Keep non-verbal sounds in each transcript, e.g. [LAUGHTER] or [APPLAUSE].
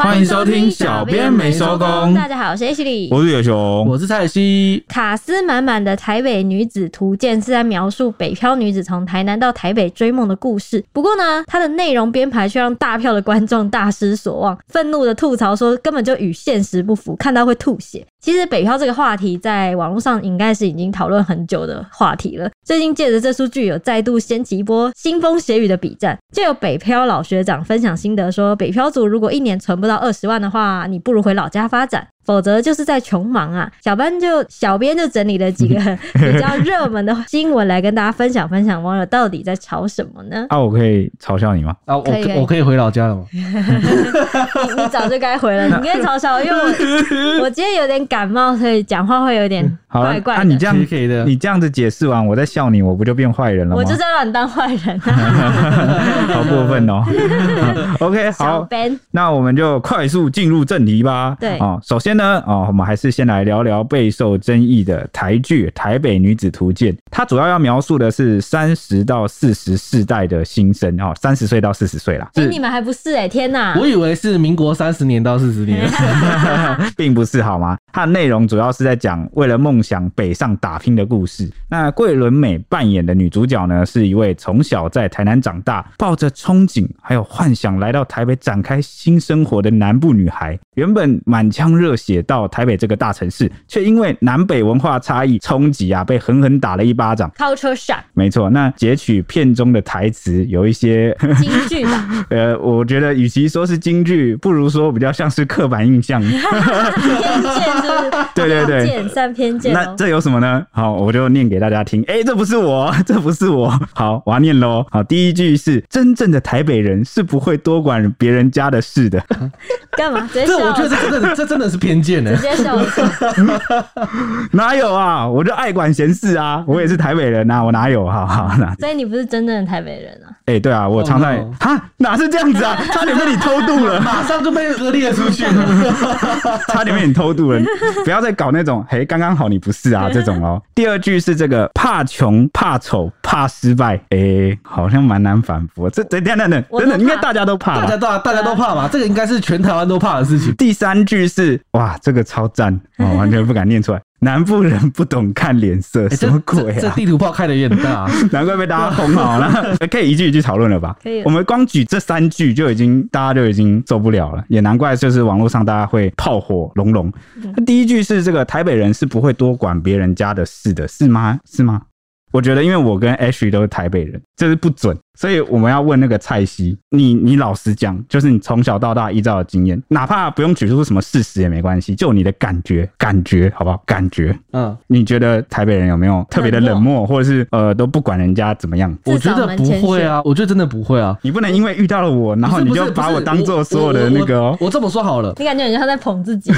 欢迎收听小编没收工大家好，我是 H 里。我是野熊，我是蔡西，卡斯满满的台北女子图鉴是在描述北漂女子从台南到台北追梦的故事。不过呢，它的内容编排却让大票的观众大失所望，愤怒的吐槽说根本就与现实不符，看到会吐血。其实北漂这个话题在网络上应该是已经讨论很久的话题了。最近借着这出剧，有再度掀起一波腥风血雨的比战。就有北漂老学长分享心得说，北漂族如果一年存不到二十万的话，你不如回老家发展。否则就是在穷忙啊！小班就小编就整理了几个 [LAUGHS] 比较热门的新闻来跟大家分享分享，网友到底在吵什么 [LAUGHS] 呢？啊，我可以嘲笑你吗？啊，我可以可以我可以回老家了吗？你你早就该回了，你可以嘲笑我，因为 [LAUGHS] 我我今天有点感冒，所以讲话会有点好了怪，怪那的。你这样可以可以的你这样子解释完，我在笑你，我不就变坏人了我？吗就是要让你当坏人啊！好过分 [LAUGHS] 哦。OK，小 [LAUGHS] 好， Ben，那我们就快速进入正题吧。对哦，首先呢，哦，我们还是先来聊聊备受争议的台剧《台北女子图鉴》，它主要要描述的是三十到四十世代的新生，哦，三十岁到四十岁啦，哎、是你们还不是哎、天哪！我以为是民国三十年到四十哎年，并不是好吗？它的内容主要是在讲为了梦想北上打拼的故事。那桂纶镁扮演的女主角呢，是一位从小在台南长大，抱着憧憬还有幻想来到台北展开新生活的南部女孩。原本满腔热血到台北这个大城市，却因为南北文化差异冲击啊，被狠狠打了一巴掌。 culture shock 没错，那截取片中的台词，有一些 [LAUGHS] 京剧吧，呃，我觉得与其说是京剧，不如说比较像是刻板印 [LAUGHS] 象。偏见是不是？对对对偏见算偏见那哦。这有什么呢？好，我就念给大家听。哎、这不是我， [LAUGHS] 这不是我。好，我要念喽。好，第一句是真正的台北人是不会多管别人家的事的。 [LAUGHS] 干嘛？直接 [LAUGHS] 这笑我觉我，得这真的这真的是偏见欸 [LAUGHS] 呢直。接笑我。哪有啊？我就爱管闲事啊，我也是台北人啊，我哪有？好好那，所以你不是真正的台北人啊？哎、对啊，我常在哦 Oh no 哈，哪是这样子啊？差点被你偷渡了， [LAUGHS] 马上就被割裂出 [LAUGHS] 去了。差点被你偷渡了。不要再搞那种，嘿，刚刚好你不是啊这种哦。第二句是这个怕穷、怕丑、怕失败，哎、好像蛮难反驳。这等等等等我等都等，应该怕大家都怕吧 [LAUGHS] 大家都大家都怕嘛，这个应该是全台湾都怕的事情。第三句是哇，这个超赞，我、完全不敢念出来。南部人不懂看脸色，哎， [LAUGHS] 什这么鬼这这啊？地图炮开的有点 [LAUGHS] 大啊。难怪被大家封 [LAUGHS] 好了。可以一句一句讨论了吧？可以了我们光举这三句就已经大家就已经受不了了，也难怪就是网络上大家会炮火隆隆。嗯那第一句是这个台北人是不会多管别人家的事的，是吗？是吗？我觉得，因为我跟 H 都是台北人，这是不准，所以我们要问那个蔡西，你你老实讲，就是你从小到大依照的经验，哪怕不用举出什么事实也没关系，就你的感觉，感觉好不好？感觉，嗯，你觉得台北人有没有特别的冷漠，或者是呃都不管人家怎么样？至我少觉得不会啊，我觉得真的不会啊。你不能因为遇到了我，然后你不是就把不是我当做所有的那个我哦我。我这么说好了，你感觉很像在捧自己，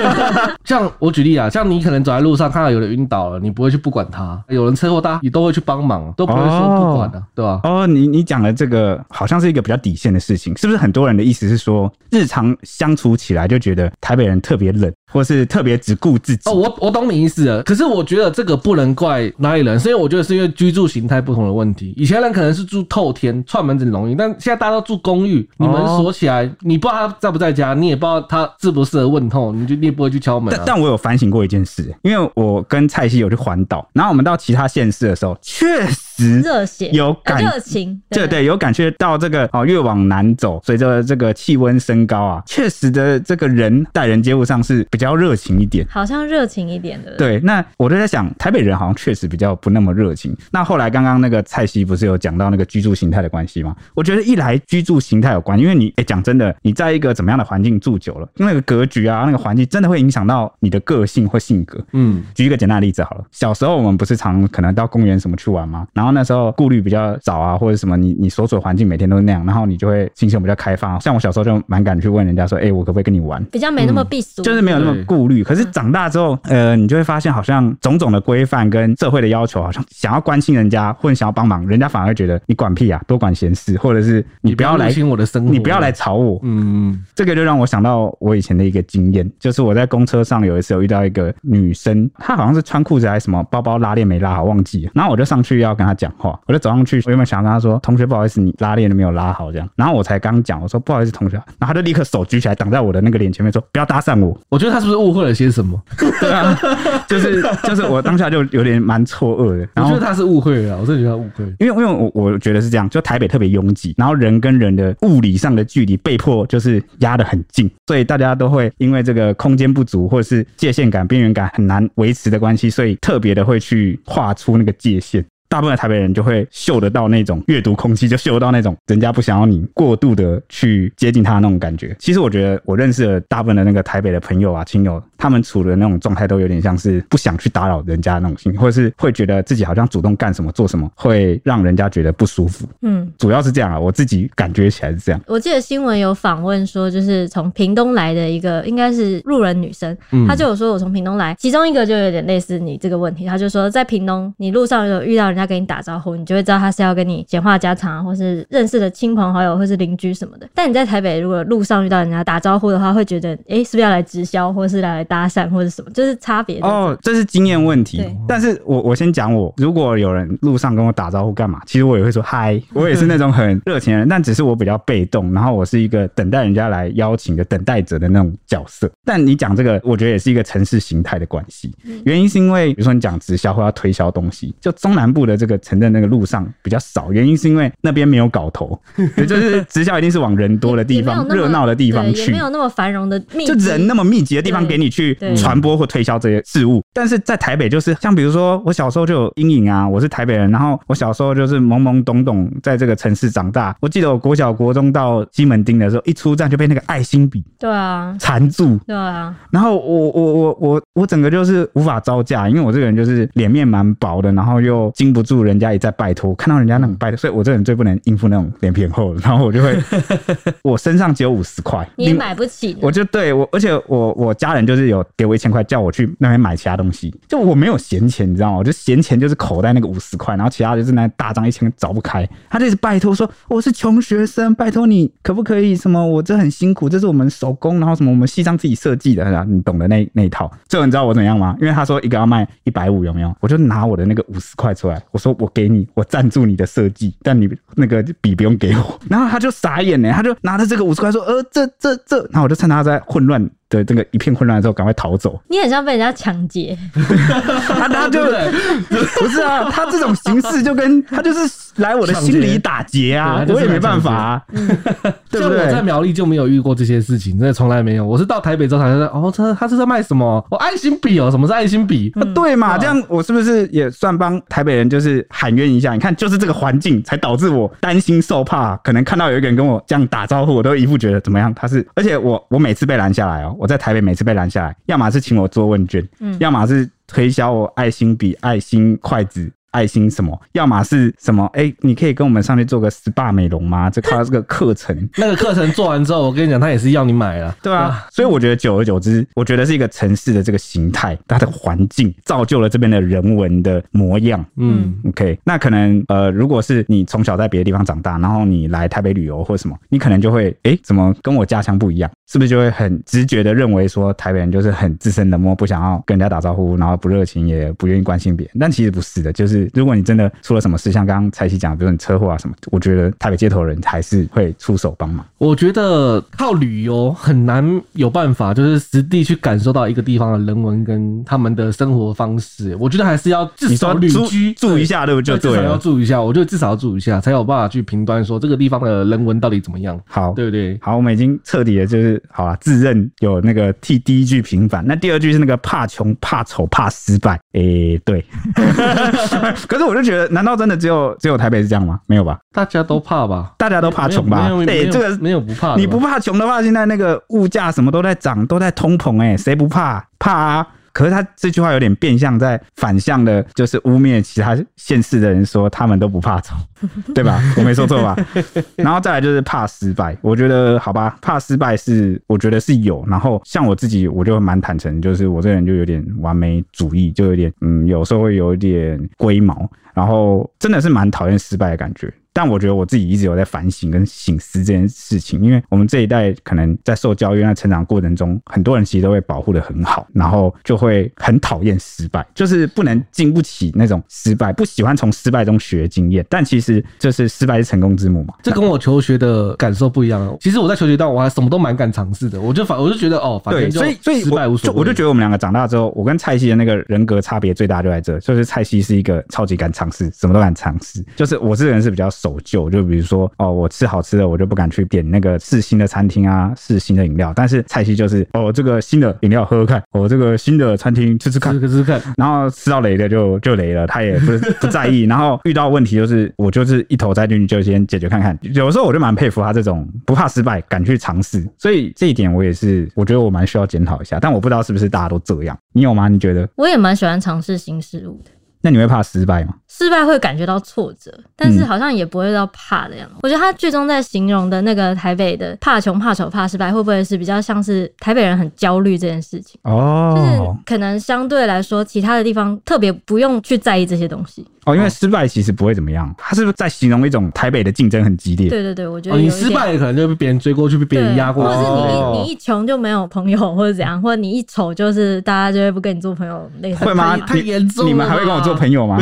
[LAUGHS] 像我举例啊，像你可能走在路上看到有人晕倒了，你不会去不管他；有人车祸，大家你都会去帮忙，都不会说不管的、啊对吧、哦，你你讲的这个好像是一个比较底线的事情，是不是？很多人的意思是说，日常相处起来就觉得台北人特别冷，或是特别只顾自己。哦，我我懂你意思了，可是我觉得这个不能怪哪里人，是因为我觉得是因为居住形态不同的问题。以前人可能是住透天串门子容易，但现在大家都住公寓，你门锁起来，你不知道他在不在家，你也不知道他适不适合问候，你就你也不会去敲门、但啊。但我有反省过一件事，因为我跟蔡西有去环岛，然后我们到其他县市的时候，确实热血有呃感热情，对对，有感觉到这个哦，越往南走，随着这个气温升高啊，确实的这个人待人接物上是比较热情一点。好像热情一点的。，对，那我就在想，台北人好像确实比较不那么热情。那后来刚刚那个蔡西不是有讲到那个居住形态的关系吗？我觉得一来居住形态有关，因为你哎讲真的，你在一个怎么样的环境住久了，那个格局啊，那个环境真的会影响到你的个性或性格。嗯，举一个简单的例子好了，小时候我们不是常可能到公园什么去玩吗？然后那时候顾虑比较早啊，或者什么你你所处的环境每天都是那样，然后你就会心胸比较开放啊。像我小时候就蛮敢去问人家说，哎、我可不可以跟你玩？比较没那么避俗，嗯就是没有那么顾虑。可是长大之后，呃，你就会发现，好像种种的规范跟社会的要求，好像想要关心人家或者想要帮忙，人家反而会觉得你管屁啊，多管闲事，或者是你不要来入，侵我的生活，你不要来。吵我。嗯，这个就让我想到我以前的一个经验，就是我在公车上有一次有遇到一个女生，她好像是穿裤子还是什么，包包拉链没拉好，忘记了。然后我就上去要跟她他讲话。我就走上去，我原本想要跟他说：“同学，不好意思，你拉链没有拉好。”这样，然后我才刚讲，我说：“不好意思，同学。”啊然后他就立刻手举起来挡在我的那个脸前面，说：“不要搭讪我。”我觉得他是不是误会了些什么？对啊，就是就是我当下就有点蛮错愕的。我觉然后得他是误会了，我真的觉得他误会了。因为因为我我觉得是这样，就台北特别拥挤，然后人跟人的物理上的距离被迫就是压得很近，所以大家都会因为这个空间不足或者是界限感、边缘感很难维持的关系，所以特别的会去画出那个界限。大部分的台北人就会嗅得到那种阅读空气，就嗅得到那种人家不想要你过度的去接近他的那种感觉。其实我觉得我认识的大部分的那个台北的朋友啊、亲友，他们处的那种状态都有点像是不想去打扰人家那种心，或者是会觉得自己好像主动干什么、做什么会让人家觉得不舒服。嗯，主要是这样啊，我自己感觉起来是这样。我记得新闻有访问说，就是从屏东来的一个应该是路人女生，嗯她就有说我从屏东来，其中一个就有点类似你这个问题，她就说在屏东你路上有遇到人家跟你打招呼，你就会知道他是要跟你闲话家常啊，或是认识的亲朋好友或是邻居什么的。但你在台北如果路上遇到人家打招呼的话，会觉得诶、是不是要来直销，或是来搭讪或者什么，就是差别的。哦，这是经验问题对。但是我我先讲我，如果有人路上跟我打招呼干嘛，其实我也会说嗨，我也是那种很热情的人，但只是我比较被动，然后我是一个等待人家来邀请的等待者的那种角色。但你讲这个，我觉得也是一个城市形态的关系，嗯原因是因为比如说你讲直销或要推销东西，就中南部的这个城镇那个路上比较少，原因是因为那边没有搞头，也就是直销一定是往人多的地方、热闹的地方对也去没。有那么繁荣的密集，就人那么密集的地方对给你去对传播或推销这些事物。但是在台北，就是像比如说我小时候就有阴影啊，我是台北人，然后我小时候就是懵懵懂懂在这个城市长大。我记得我国小国中到西门町的时候，一出站就被那个爱心笔对啊，缠住，对啊，然后我我我我我整个就是无法招架，因为我这个人就是脸面蛮薄的，然后又经不住人家一再拜托，看到人家那种拜托，所以我这个人最不能应付那种脸皮很厚的，然后我就会，我身上只有五十块，你也另买不起呢，我就对我，而且我我家人就是有给我一千块，叫我去那边买其他东西，就我没有闲钱，你知道吗？我就闲钱就是口袋那个五十块，然后其他就是那大张一千找不开，他就一直拜托说我是穷学生，拜托你可不可以什么？我这很辛苦，这是我们手工，然后什么我们系上自己设计的，然后你懂的那那一套。最后你知道我怎样吗？因为他说一个要卖一百五，有没有？我就拿我的那个五十块出来，我说我给你，我赞助你的设计，但你那个笔不用给我。 [LAUGHS] 然后他就傻眼呢，他就拿着这个五十块说，呃，这这这。然后我就趁他在混乱的这个一片混乱的时候，赶快逃走。 [LAUGHS] 你很像被人家抢劫。他他对就 [LAUGHS] 不对？不是啊，他这种形式就跟他就是来我的心里打劫啊抢，劫我也没办法、啊，对不像我在对？苗栗就没有遇过这些事情，真的从来没有。我是到台北之后才知道，哦，他他是在卖什么？哦，爱心笔哦，什么是爱心笔？啊对嘛，这样我是不是也算帮台北人就是喊冤一下？你看，就是这个环境才导致我担心受怕，可能看到有一个人跟我这样打招呼，我都一副觉得怎么样？他是，而且我我每次被拦下来哦，我在台北每次被拦下来，要么是请我做问卷，嗯要么是推销我爱心笔、爱心筷子。爱心什么，要么是什么？哎、你可以跟我们上去做个 SPA 美容吗？这靠这个课程，那个课程做完之后，我跟你讲，他也是要你买了。对啊，所以我觉得久而久之，我觉得是一个城市的这个形态，它的环境造就了这边的人文的模样。嗯， OK，那可能呃，如果是你从小在别的地方长大，然后你来台北旅游或什么，你可能就会诶，怎么跟我家乡不一样？是不是就会很直觉的认为说台北人就是很自身冷漠，不想要跟人家打招呼，然后不热情，也不愿意关心别人？但其实不是的，就是如果你真的出了什么事，像刚刚蔡西讲，比如你车祸啊什么，我觉得台北街头的人还是会出手帮忙。我觉得靠旅游很难有办法，就是实地去感受到一个地方的人文跟他们的生活方式。我觉得还是要至你少说旅住居住啊一下。下，对不对？就就至对少要了。住一下，我觉得至少要住一下，才有办法去评断说这个地方的人文到底怎么样，好，对不对？好，我们已经彻底的就是好了，自认有那个替第一句平反，那第二句是那个怕穷、怕丑、怕失败。诶、对。 [LAUGHS] 可是我就觉得，难道真的只有只有台北是这样吗？没有吧，大家都怕吧？大家都怕穷吧没有？没有对，没有这个没有不怕的吧，你不怕穷的话，现在那个物价什么都在涨，都在通膨、诶，谁不怕？怕啊！可是他这句话有点变相在反向的，就是污蔑其他县市的人说他们都不怕丑，对吧？我没说错吧？然后再来就是怕失败，我觉得好吧，怕失败是我觉得是有。然后像我自己，我就蛮坦诚，就是我这个人就有点完美主义，就有点嗯，有时候会有一点龟毛，然后真的是蛮讨厌失败的感觉。但我觉得我自己一直有在反省跟醒思这件事情，因为我们这一代可能在受教育、在成长过程中，很多人其实都会保护的很好，然后就会很讨厌失败，就是不能经不起那种失败，不喜欢从失败中学经验。但其实这是失败是成功之母嘛。这跟我求学的感受不一样哦。其实我在求学当中，我还什么都蛮敢尝试的。我就反，我就觉得哦，反对，正就所以所以失败我无所就谓。我就觉得我们两个长大之后，我跟蔡西的那个人格差别最大就在这，就是蔡西是一个超级敢尝试，什么都敢尝试。就是我这个人是比较守旧，就比如说哦，我吃好吃的我就不敢去点那个试新的餐厅啊，试新的饮料。但是蔡西就是哦，这个新的饮料喝喝看，我、哦、这个新的餐厅吃吃看试。试看，然后吃到雷的就 [LAUGHS] 就雷了，他也不不在意。然后遇到问题就是我就是一头栽进去，就先解决看看。有时候我就蛮佩服他这种不怕失败，敢去尝试。所以这一点我也是，我觉得我蛮需要检讨一下。但我不知道是不是大家都这样，你有吗？你觉得？我也蛮喜欢尝试新事物的。那你会怕失败吗？失败会感觉到挫折，但是嗯好像也不会到怕的样子。我觉得他剧中在形容的那个台北的怕穷、怕丑、怕失败，会不会是比较像是台北人很焦虑这件事情？就是哦可能相对来说，其他的地方特别不用去在意这些东西。哦，因为失败其实不会怎么样，他是不是在形容一种台北的竞争很激烈？对对对，我觉得哦，有一你点失败了可能就被别人追过去，被别人对压过或去者之类是你的。哦一你一穷就没有朋友，或者怎样，或者你一丑就是大家就会不跟你做朋友，类似会吗？太太严重了吧你你们还会跟我做朋友吗？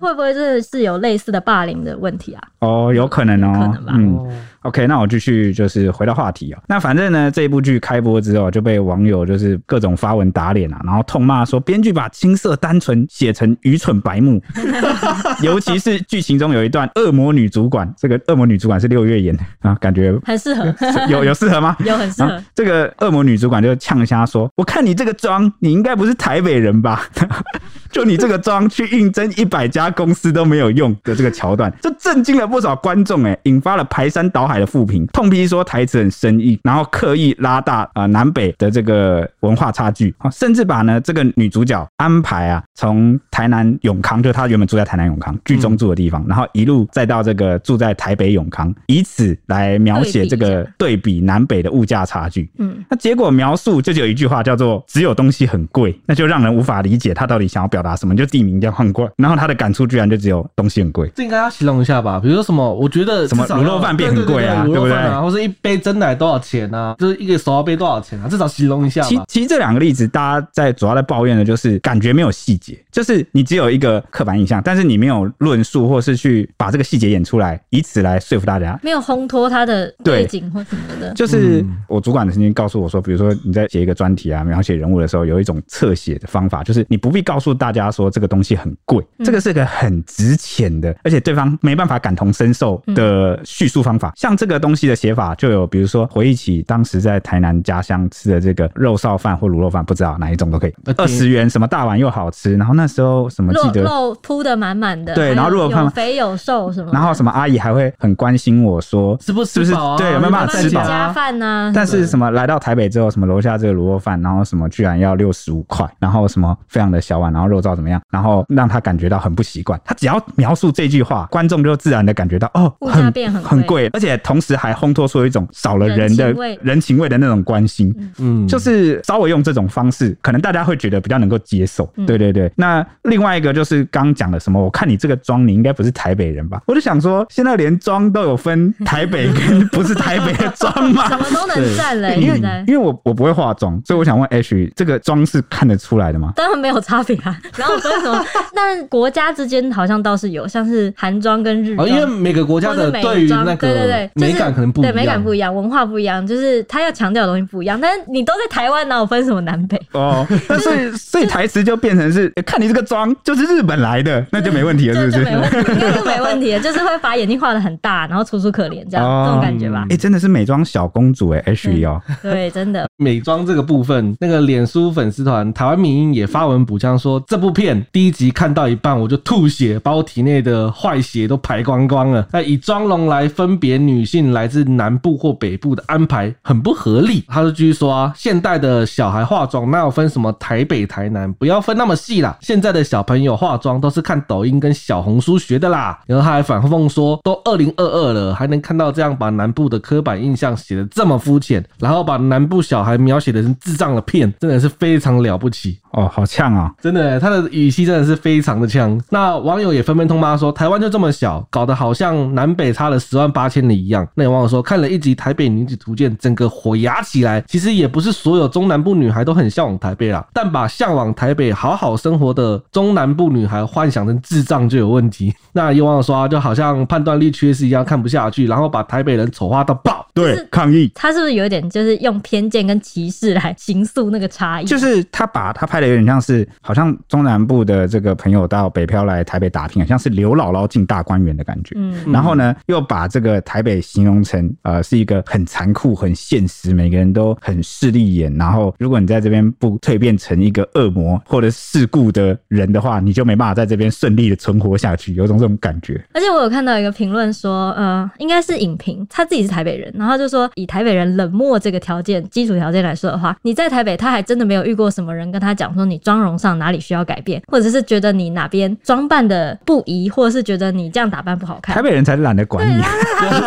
会不会这是有类似的霸凌的问题啊？哦，有可能哦，有可能吧嗯，哦 OK，那我继续就是回到话题啊、那反正呢，这一部剧开播之后就被网友就是各种发文打脸啊，然后痛骂说编剧把青涩单纯写成愚蠢白目， [LAUGHS] 尤其是剧情中有一段恶魔女主管，这个恶魔女主管是六月演的啊，感觉很适 [LAUGHS] 合，有有适 [LAUGHS] 合吗？有很适合啊。，这个恶魔女主管就呛瞎说：“我看你这个妆，你应该不是台北人吧？ [LAUGHS] 就你这个妆去应征一百家公司都没有用的这个桥段，这震惊了不少观众哎、引发了排山倒海的负评，痛批说台词很生硬，然后刻意拉大啊、呃南北的这个文化差距啊，甚至把呢这个女主角安排啊从台南永康，就她原本住在台南永康剧中住的地方，然后一路再到这个住在台北永康，以此来描写这对比一个下对比南北的物价差距。嗯，那结果描述就只有一句话，叫做“只有东西很贵”，那就让人无法理解他到底想要表达什么。就地名这样换过来，然后他的感触居然就只有东西很贵。这应该要形容一下吧，比如说什么，我觉得什么至少卤肉饭变很贵啊对对对对卤肉饭对啊，不或是一杯真奶多少钱啊，就是一个手摇杯多少钱啊，至少形容一下其吧。其实这两个例子，大家在主要在抱怨的就是感觉没有细节，就是你只有一个刻板印象，但是你没有论述或是去把这个细节演出来，以此来说服大家。没有烘托他的对背景或什么的。就是嗯我主管曾经告诉我说，比如说你在写一个专题啊，描写人物的时候，有一种侧写的方法，就是你不必告诉大家说这个东西很贵，嗯这个是个很值钱的，而且对方没办法感同身受的叙述方法。像这个东西的写法，就有比如说回忆起当时在台南家乡吃的这个肉臊饭或卤肉饭，不知道哪一种都可以呃，二十元什么大碗又好吃，然后那时候什么记肉得肉铺的满满的，对还有然后如果胖有肥有瘦什么的，然后什么阿姨还会很关心我说吃不吃是不是饱啊对有没有办慢法慢吃去饱啊加饭呐，但是什么来到台北之后，什么楼下这个卤肉饭，然后什么居然要六十五块，然后什么非常的小碗，然后肉燥怎么样，然后让他感觉到很不习惯。他只要描述这句话，观众就自然的感觉到哦，物价很变很很贵，而且同时还烘托出一种少了人的人情味人情味的那种关心。嗯，就是稍微用这种方式，可能大家会觉得比较能够接受。嗯对对对。那另外一个就是刚讲的什么，我看你这个妆，你应该不是台北人吧？我就想说，现在连妆都有分台北跟 [LAUGHS] 不是台北的妆吗？什么都能占了，因为现在因为我我不会化妆，所以我想问 H，这个妆是看得出来的吗？当然没有差别啊。 [LAUGHS] 然后分什么？但国家之间好像倒是有，像是韩妆跟日哦，妆。因为每个国家或的是美对于妆那对对对个就是美感可能不一对样，美感不一样，文化不一样，就是他要强调的东西不一样。但是你都在台湾，哪有分什么南北？哦， [LAUGHS] 那所以所以台词就变成 [LAUGHS] 是、欸看你这个妆就是日本来的，那就没问题了，是这不？就是没问题，应该是没问题的，就是会把眼睛画的很大，然后楚楚可怜这样、哦这种感觉吧哎、。真的是美妆小公主哎、H 哦， [LAUGHS] 对，真的，美妆这个部分，那个脸书粉丝团台湾民音也发文补枪说，这部片第一集看到一半我就吐血，把我体内的坏血都排光光了。那以妆容来分别女性来自南部或北部的安排很不合理。他就继续说啊，现代的小孩化妆哪有分什么台北、台南，不要分那么细啦。现在的小朋友化妆都是看抖音跟小红书学的啦。然后他还反讽说，都二零二二了，还能看到这样把南部的刻板印象写的这么肤浅，然后把南部小孩描写的成智障的片，真的是非常了不起。哦，好呛啊、真的，他的语气真的是非常的呛。那网友也纷纷痛骂说，台湾就这么小，搞得好像南北差了十万八千里一样。那有网友说，看了一集《台北女子图鉴》，整个火牙起来。其实也不是所有中南部女孩都很向往台北啦，但把向往台北好好生活的中南部女孩幻想成智障就有问题。那有网友说、啊，就好像判断力缺失一样，看不下去，然后把台北人丑化到 [LAUGHS] 爆。对，抗议。他是不是有点就是用偏见跟歧视来形塑那个差异？就是他把他拍的有点像是，好像中南部的这个朋友到北漂来台北打拼，很像是刘姥姥进大观园的感觉。嗯，然后呢，又把这个台北形容成呃是一个很残酷、很现实，每个人都很势利眼。然后，如果你在这边不蜕变成一个恶魔或者事故的人的话，你就没办法在这边顺利的存活下去，有种这种感觉。而且我有看到一个评论说，呃，应该是影评，他自己是台北人，然后就说以台北人冷漠这个条件基础条件来说的话，你在台北他还真的没有遇过什么人跟他讲说你妆容上哪里需要改变，或者是觉得你哪边装扮的不宜，或者是觉得你这样打扮不好看 [LAUGHS] 台。北人才懒得管你，啊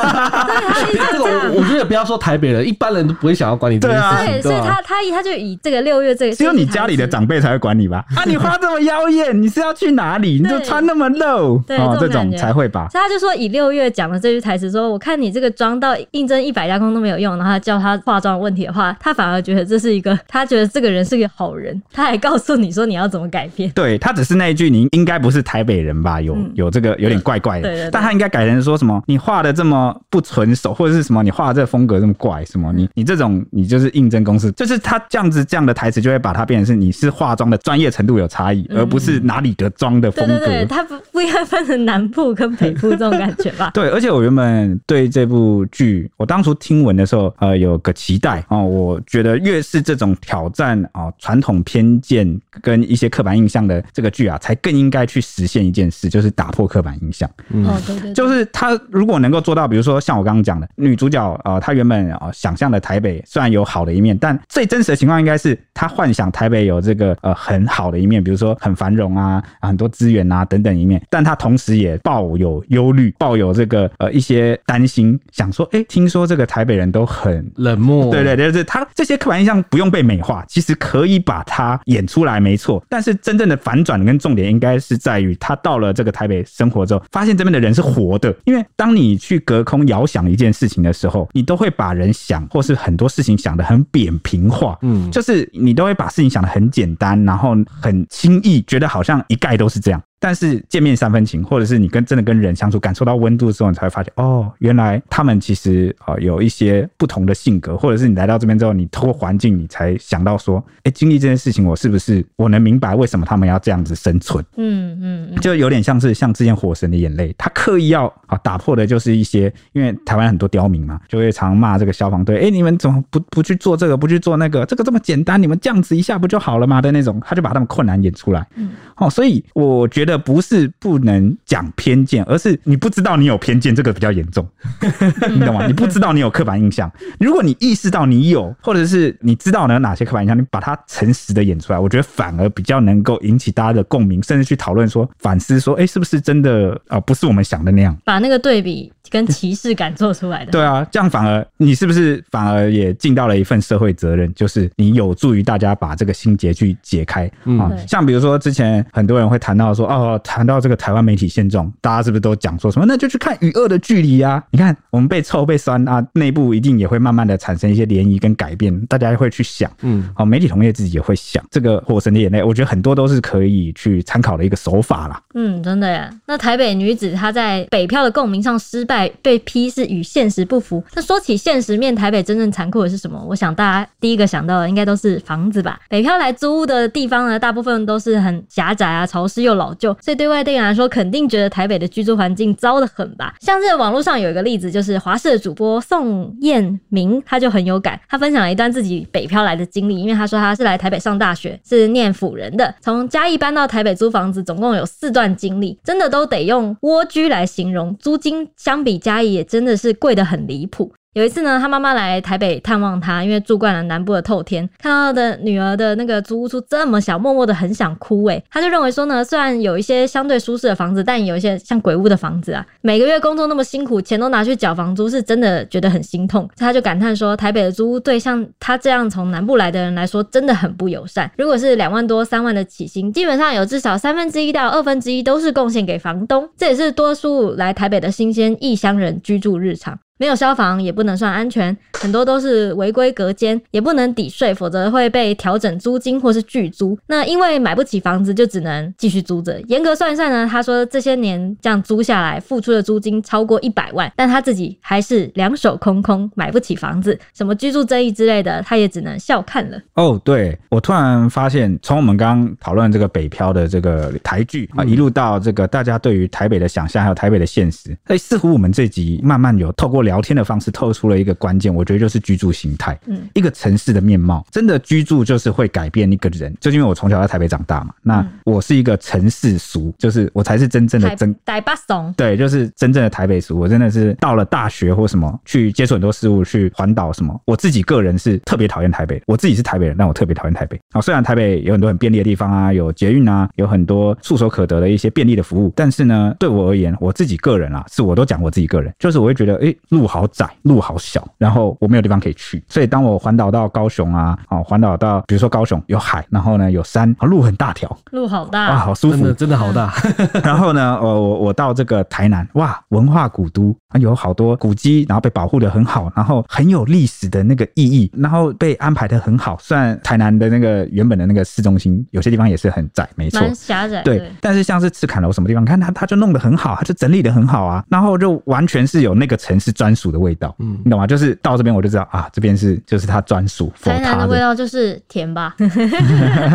对这种我我觉得不要说台北人，一般人都不会想要管你这件对啊事对，情，所对以吧？他他他就以这个六月这个，只有你家里的长辈才会管你吧？啊，你花这么妖艳，你是要去哪里？你就对穿那么 [LAUGHS] 露，对哦，这这种感种觉才会吧？所以他就说以六月讲的这句台词说，我看你这个妆到应征一百家公司都没有用，然后他叫他化妆的问题的话，他反而觉得这是一个，他觉得这个人是个好人，他还告诉你说你要怎么改变。对他只是那一句，你应该不是台北人吧？有、嗯有这个有点怪怪的，对对对但他应该改成说什么？你画的这么不纯熟，或者是什么？你画的这个风格这么怪，什嗯么？你你这种你就是应征公司，就是他这样子这样的台词，就会把它变成是你是化妆的专业程度有差异，而不是哪里的妆的对风嗯格。？对对，他不不应该分成南部跟北部这种感觉吧 [LAUGHS] 对，而且我原本对这部剧，我当初听闻的时候，呃，有个期待哦。我觉得越是这种挑战啊、哦传统偏见跟一些刻板印象的这个剧啊，才更应该去实现一件事，就是打破刻板印象。嗯哦，对对对，嗯就是他如果能够做到，比如说像我刚刚讲的，女主角呃，她原本呃想象的台北虽然有好的一面，但最真实的情况应该是她幻想台北有这个呃很好的一面，比如说很繁荣啊，啊很多资源啊等等一面，但她同时也抱有忧虑，抱有这个呃一些担心，想说，哎、听说这个台北人都很。冷漠，对对对，就是他这些刻板印象不用被美化，其实可以把它演出来，没错。但是真正的反转跟重点应该是在于，他到了这个台北生活之后，发现这边的人是活的。因为当你去隔空遥想一件事情的时候，你都会把人想或是很多事情想得很扁平化，嗯，就是你都会把事情想得很简单，然后很轻易，觉得好像一概都是这样。但是见面三分情，或者是你跟真的跟人相处，感受到温度之后，你才会发现，哦，原来他们其实呃有一些不同的性格，或者是你来到这边之后，你透过环境，你才想到说，哎、经历这件事情，我是不是我能明白为什么他们要这样子生存？嗯嗯嗯，就有点像是像之前《火神的眼泪》，他刻意要啊打破的就是一些，因为台湾很多刁民嘛，就会常骂这个消防队，哎、你们怎么不不去做这个，不去做那个，这个这么简单，你们这样子一下不就好了吗的那种，他就把他们困难演出来。嗯，哦，所以我觉得不是不能讲偏见，而是你不知道你有偏见，这个比较严重， [LAUGHS] 你懂吗？你不知道你有刻板印象，如果你意识到你有，或者是你知道你有哪些刻板印象，你把它诚实的演出来，我觉得反而比较能够引起大家的共鸣，甚至去讨论说反思说，哎、是不是真的啊、呃不是我们想的那样。把那个对比跟歧视感做出来的。 [LAUGHS] 对啊，这样反而你是不是反而也尽到了一份社会责任？就是你有助于大家把这个心结去解开啊、嗯对像比如说之前很多人会谈到说，哦，谈到这个台湾媒体现状，大家是不是都讲说什么？那就去看《与恶的距离》啊！你看我们被臭被酸啊，内部一定也会慢慢的产生一些涟漪跟改变，大家会去想。嗯，哦，媒体同业自己也会想这个《火神的眼泪》，我觉得很多都是可以去参考的一个手法啦。嗯，真的耶。那台北女子她在北漂的共鸣上失败，被批是与现实不符。那说起现实面，台北真正残酷的是什么？我想大家第一个想到的应该都是房子吧。北漂来租屋的地方呢，大部分都是很狭窄啊、潮湿又老旧，所以对外地人来说，肯定觉得台北的居住环境糟得很吧。像这网络上有一个例子，就是华视的主播宋彦明，他就很有感，他分享了一段自己北漂来的经历，因为他说他是来台北上大学，是念辅仁的，从嘉义搬到台北租房子，总共有四段经历，真的都得用蜗居来形容，租金相比嘉义也真的是贵得很离谱。有一次呢，他妈妈来台北探望他，因为住惯了南部的透天，看到他的女儿的那个租屋处这么小，默默的很想哭诶、他就认为说呢，虽然有一些相对舒适的房子，但有一些像鬼屋的房子啊，每个月工作那么辛苦，钱都拿去缴房租，是真的觉得很心痛。他就感叹说，台北的租屋对像他这样从南部来的人来说，真的很不友善。如果是两万多、三万的起薪，基本上有至少三分之一到二分之一都是贡献给房东，这也是多数来台北的新鲜异乡人居住日常。没有消防也不能算安全，很多都是违规隔间，也不能抵税，否则会被调整租金或是拒租。那因为买不起房子，就只能继续租着。严格算一算呢，他说这些年这样租下来，付出的租金超过一百万，但他自己还是两手空空，买不起房子，什么居住争议之类的，他也只能笑看了。哦，对，我突然发现，从我们刚刚讨论这个北漂的这个台剧嗯啊，一路到这个大家对于台北的想象，还有台北的现实，哎，似乎我们这集慢慢有透过聊天的方式透出了一个关键，我觉得就是居住形态。嗯，一个城市的面貌，真的居住就是会改变一个人，就是因为我从小在台北长大嘛，那我是一个城市俗，就是我才是真正的嗯台真台巴怂，对，就是真正的台北俗。我真的是到了大学或什么，去接触很多事物，去环岛什么。我自己个人是特别讨厌台北的，我自己是台北人，但我特别讨厌台北。啊，虽然台北有很多很便利的地方啊，有捷运啊，有很多触手可得的一些便利的服务，但是呢，对我而言，我自己个人啊，是我都讲我自己个人，就是我会觉得，诶，路好窄，路好小，然后我没有地方可以去。所以当我环岛到高雄啊，哦，环岛到比如说高雄有海，然后呢有山，啊，路很大条，路好哇，大，好舒真服的。真的好大，嗯 [LAUGHS] 然后呢，我我我到这个台南，哇，文化古都啊，有好多古迹，然后被保护的很好，然后很有历史的那个意义，然后被安排的很好。虽然台南的那个原本的那个市中心，有些地方也是很窄，没错，蛮狭窄。对，但是像是赤坎楼什么地方，你看它它就弄得很好，它就整理的很好啊，然后就完全是有那个城市专属的味道，嗯你懂吗？就是到这边我就知道啊，这边是就是它专属，for 台南它的味道就是甜 [LAUGHS] 吧，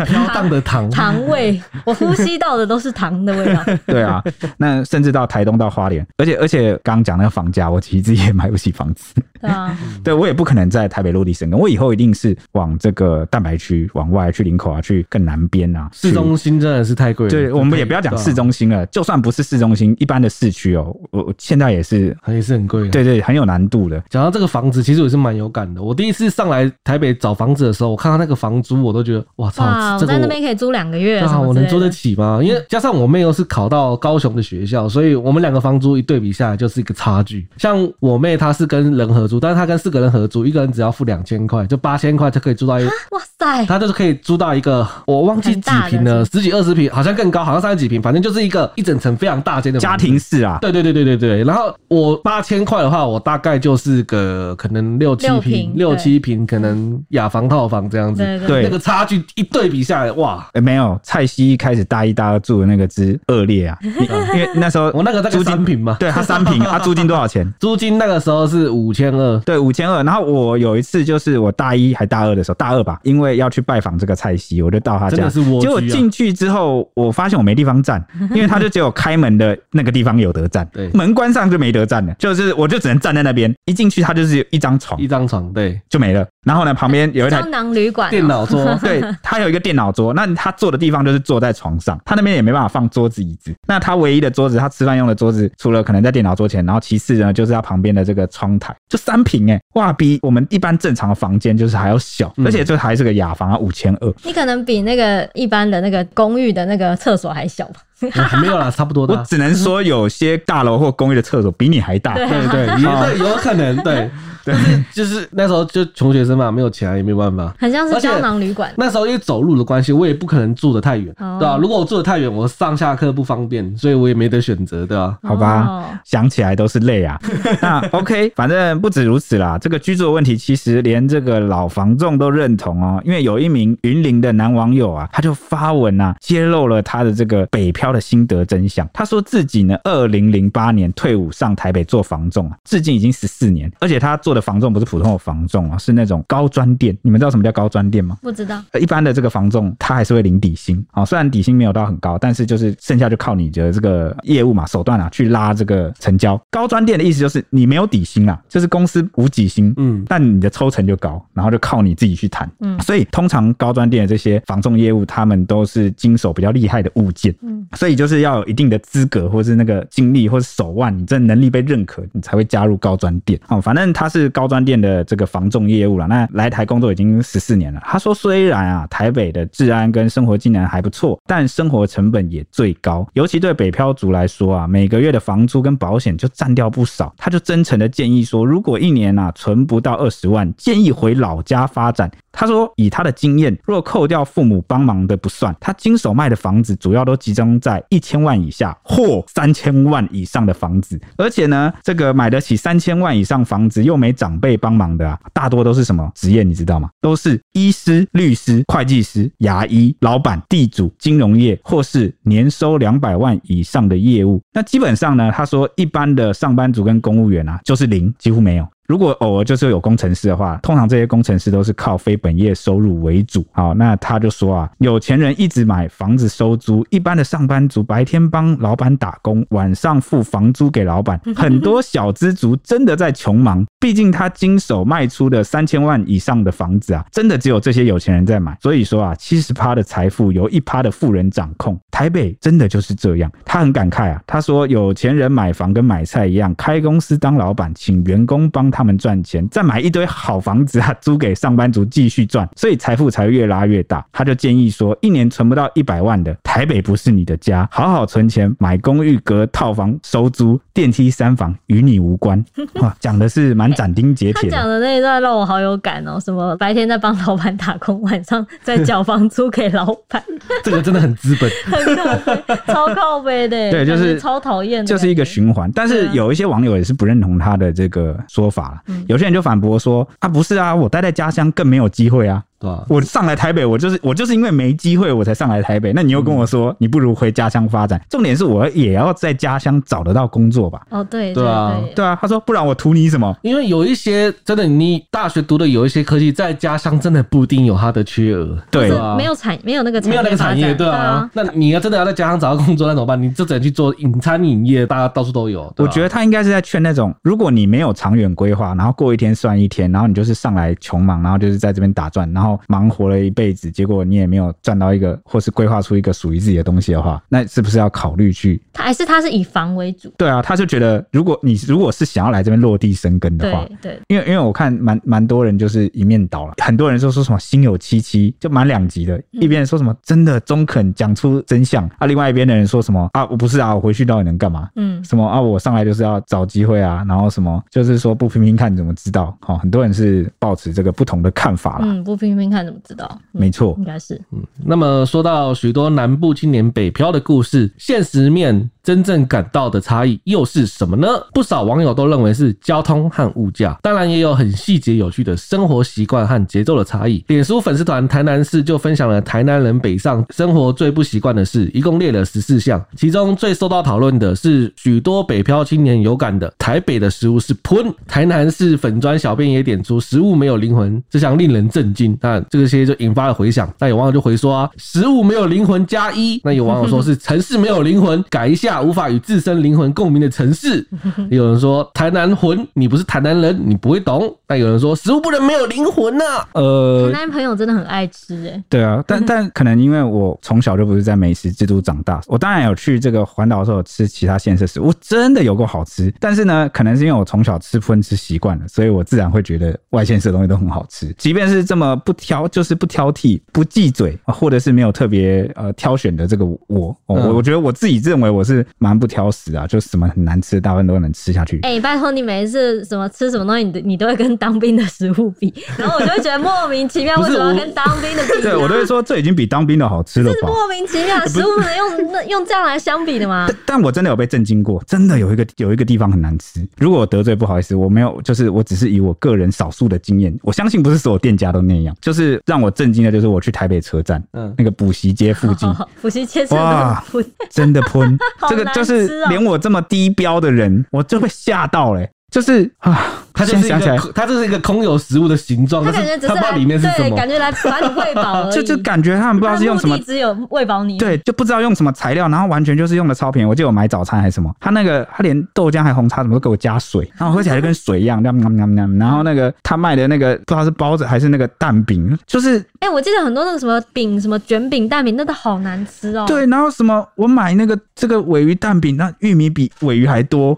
飘荡的糖，糖 [LAUGHS] 味，我呼吸到的都是糖的味道。 [LAUGHS] 对啊，那甚至到台东到花莲，而且而且刚刚讲那个房价，我其实自己也买不起房子，对啊，嗯对我也不可能在台北落地生根，我以后一定是往这个蛋白区往外去林口啊，去更南边啊，市去中心真的是太贵了。对，我们也不要讲市中心了，就算不是市中心，一般的市区哦，我我现在也是，对啊，也是很贵的。对对，很有难度的。讲到这个房子，其实我也是蛮有感的。我第一次上来台北找房子的时候，我看到那个房租，我都觉得哇哇，操，我这个在那我边可以租两个月什啊，么我之能类租得的。嗯起吗？因为加上我妹又是考到高雄的学校，所以我们两个房租一对比下来就是一个差距。像我妹她是跟人合租，但是她跟四个人合租，一个人只要付两千块，就八千块就可以住到一，哇 [LAUGHS] 塞，她就是可以租到一个我忘记很几大的平是了，不十几二十平，好像更高，好像三十几平，反正就是一个一整层非常大间的家房子庭式啊，对对对对对对，然后我八千块的话，我大概就是个可能六七六平平，六对七平，可能雅房套房这样子，对对对那个差距一对比下来，哇！呃没有蔡西一开始大一大二住的那个之恶劣 [LAUGHS] 啊，你因为那时候我那个大概租三金平嘛，对他三平，他租金多 [LAUGHS] 少钱？租金那个时候是五千二，对，五千二。然后我有一次就是我大一还大二的时候，大二吧，因为要去拜访这个蔡西，我就到他真家。的是蜗居啊结果进去之后，我发现我没地方 [LAUGHS] 站，因为他就只有开门的那个地方有得站，对门关上就没得站了，就是我就只能站在那边。一进去，他就是有一张床一张床，对，就没了。然后呢，旁边 [LAUGHS] 有一台。胶囊旅馆哦电脑 [LAUGHS] 哎桌对他有一个电脑桌，那他坐的地方就是坐在床上，他那边也没办法放桌子椅子。那他唯一的桌子，他吃饭用的桌子，除了可能在电脑桌前，然后其次呢就是他旁边的这个窗台，就三平哎、哇，比我们一般正常的房间就是还要小，嗯而且这还是个雅房啊，五千二。你可能比那个一般的那个公寓的那个厕所还小吧？啊没有啦，差不多的我啊。只能说，有些大楼或公寓的厕所比你还大。对对， [LAUGHS] 也对，有可能， [LAUGHS] 对对，就是那时候就穷学生嘛，没有钱啊也没有办法。很像而是且胶囊旅馆。那时候因为走路的关系，我也不可能住得太远，哦对吧、如果我住得太远，我上下课不方便，所以我也没得选择，对吧、好吧，哦想起来都是泪啊。 [LAUGHS] 那 OK，反正不止如此啦。这个居住的问题，其实连这个老房仲都认同哦。因为有一名云林的男网友啊，他就发文啊，揭露了他的这个北漂的心得真相。他说自己呢，二零零八年退伍上台北做房仲啊，至今已经十四年，而且他做的房仲不是普通的房仲啊，是那种种高专店，你们知道什么叫高专店吗？不知道，呃一般的这个房仲，他还是会领底薪啊、哦，虽然底薪没有到很高，但是就是剩下就靠你的这个业务嘛、手段啊去拉这个成交。高专店的意思就是你没有底薪啦，就是公司无底薪，嗯 [LAUGHS] 但你的抽成就高，然后就靠你自己去谈。嗯所以通常高专店的这些房仲业务，他们都是经手比较厉害的物件，嗯，所以就是要有一定的资格，或是那个经历，或是手腕，你这能力被认可，你才会加入高专店。哦，反正他是高专店的这个房仲业务了。那来台工作已经十四年了。他说，虽然啊，台北的治安跟生活技能还不错，但生活成本也最高，尤其对北漂族来说啊，每个月的房租跟保险就占掉不少。他就真诚的建议说，如果一年啊存不到二十万，建议回老家发展。他说，以他的经验，若扣掉父母帮忙的不算，他经手卖的房子主要都集中在一千万以下或三千万以上的房子，而且呢，这个买得起三千万以上房子又没长辈帮忙的啊，大多都是什么职业，你知道吗？都是医师、律师、会计师、牙医、老板、地主、金融业，或是年收两百万以上的业务。那基本上呢，他说一般的上班族跟公务员啊，就是零，几乎没有。如果偶尔就是有工程师的话，通常这些工程师都是靠非本业收入为主。好，那他就说啊，有钱人一直买房子收租，一般的上班族白天帮老板打工，晚上付房租给老板。很多小资族真的在穷忙，毕竟他经手卖出的三千万以上的房子啊，真的只有这些有钱人在买。所以说啊，七十趴的财富由一趴的富人掌控。台北真的就是这样，他很感慨啊，他说有钱人买房跟买菜一样，开公司当老板，请员工帮他们赚钱，再买一堆好房子啊，租给上班族继续赚，所以财富才越拉越大。他就建议说，一年存不到一百万的，台北不是你的家，好好存钱买公寓、隔套房、收租、电梯三房，与你无关。 [LAUGHS] 哇，讲的是蛮斩钉截他铁讲的。的那一段让我好有感哦，什么白天在帮老板打工，晚上在缴房租给老板，这个真的很资本。很靠背， [LAUGHS] 超靠背的耶，对就是感觉超讨厌的感觉，就是一个循环，但是对啊有一些网友也是不认同他的这个说法啦嗯有些人就反驳说：“啊，不是啊，我待在家乡更没有机会啊，对吧？我上来台北，我就是我就是因为没机会，我才上来台北。那你又跟我嗯说，你不如回家乡发展。重点是我也要在家乡找得到工作吧？哦，对对啊对，对啊，他说不然我图你什么？因为有一些真的，你大学读的有一些科技，在家乡真的不一定有它的缺额，对就是对啊没有产没有那个没有那个产业，发展嗯对啊。，那你要真的要在家乡找到工作，那怎么办？你就只能去做饮餐饮业，大家到处都有。我得觉得他应该是在劝那种，如果你没有长远规划，然后过一天算一天，然后你就是上来穷忙，然后就是在这边打转，然后忙活了一辈子，结果你也没有赚到一个，或是规划出一个属于自己的东西的话， [LAUGHS] 那是不是要考虑去他啊还是他是以房为主，对啊，他就觉得，如果你如果是想要来这边落地生根的话，对对，因为因为我看蛮蛮多人就是一面倒了，很多人就说什么心有戚戚，就蛮两极的，一边人说什么真的中肯讲出真相啊，另外一边的人说什么啊我不是啊，我回去到底能干嘛？嗯，什么啊？我上来就是要找机会啊，然后什么就是说不拼拼看怎么知道？好、很多人是抱持这个不同的看法啦。嗯，不拼拼看怎么知道？嗯没错应该是那么说到许多南部青年北漂的故事，现实面真正感到的差异又是什么呢？不少网友都认为是交通和物价，当然也有很细节有趣的生活习惯和节奏的差异。脸书粉丝团台南市就分享了台南人北上生活最不习惯的事，一共列了十四项，其中最受到讨论的是许多北漂青年有感的台北的食物是喷，台南市粉砖小编也点出食物没有灵魂这项令人震惊，那这些就引发了回响。那有网友就回说啊，食物没有灵魂加一。那有网友说是城市没有灵魂，改一下无法与自身灵魂共鸣的城市。也有人说台南魂，你不是台南人，你不会懂。那有人说食物不能没有灵魂啊呐、呃我，男朋友真的很爱吃哎，对啊，但但可能因为我从小就不是在美食之都长大，我当然有去这个环岛的时候有吃其他县市食物，真的有够好吃。但是呢，可能是因为我从小吃喷吃习惯了，所以我自然会觉得外县市的东西都很好吃。即便是这么不挑，就是不挑剔、不忌嘴，或者是没有特别呃挑选的这个我，我我嗯我觉得我自己认为我是蛮不挑食啊，就什么很难吃的大部分都能吃下去。哎、拜托你每一次什么吃什么东西，你都你都会跟当兵的食物比， [LAUGHS] 然后我就会觉得莫名其妙，不为是什么要我跟当兵的比、啊？ [LAUGHS] 对我都会说，这已经比当兵的好吃了吧？莫名其妙，食物能用那用这样来相比的 [LAUGHS] 吗？但但我真的有被震惊过，真的有一个有一个地方很难吃。如果我得罪，不好意思，我没有，就是我只是以我个人少数的经验，我相信不是所有店家都那样。就是让我震惊的，就是我去台北车站，嗯那个补习街附近， [LAUGHS] 伏羲切成哇不真的 [LAUGHS] 喷哦好，这个难就吃是哦欸连我这么低标的人，我就被吓到嘞、就是啊，它就是一现在想起个，它就是一个空有食物的形哦状，他但感觉是只它是不知道来里面是什对，么。感觉来把你喂饱而已。 [LAUGHS] 就就感觉他们不知道是用什么它的目的只有喂饱你。对，就不知道用什么材料，然后完全就是用的超便宜。我记得我买早餐还是什么，他那个他连豆浆还红茶什么都给我加水，然后喝起来就跟水一样，喵喵喵喵。然后那个他卖的那个不知道是包子还是那个蛋饼，就是哎、我记得很多那个什么饼、什么卷饼、蛋饼，那都好难吃哦。对，然后什么我买那个这个尾鱼蛋饼，那玉米比尾鱼还多，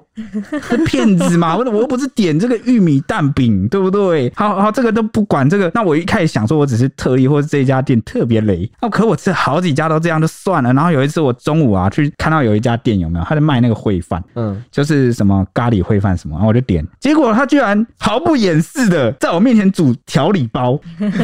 是骗子嘛？我我又不是点这个玉米蛋饼，对不对？好好，这个都不管这个。那我一开始想说，我只是特例，或是这一家店特别雷。哦，可我吃好几家都这样就算了。然后有一次我中午啊去看到有一家店有没有，他在卖那个烩饭。嗯，就是什么咖喱烩饭什么，然后我就点，结果他居然毫不掩饰的在我面前煮调理 [LAUGHS] 包，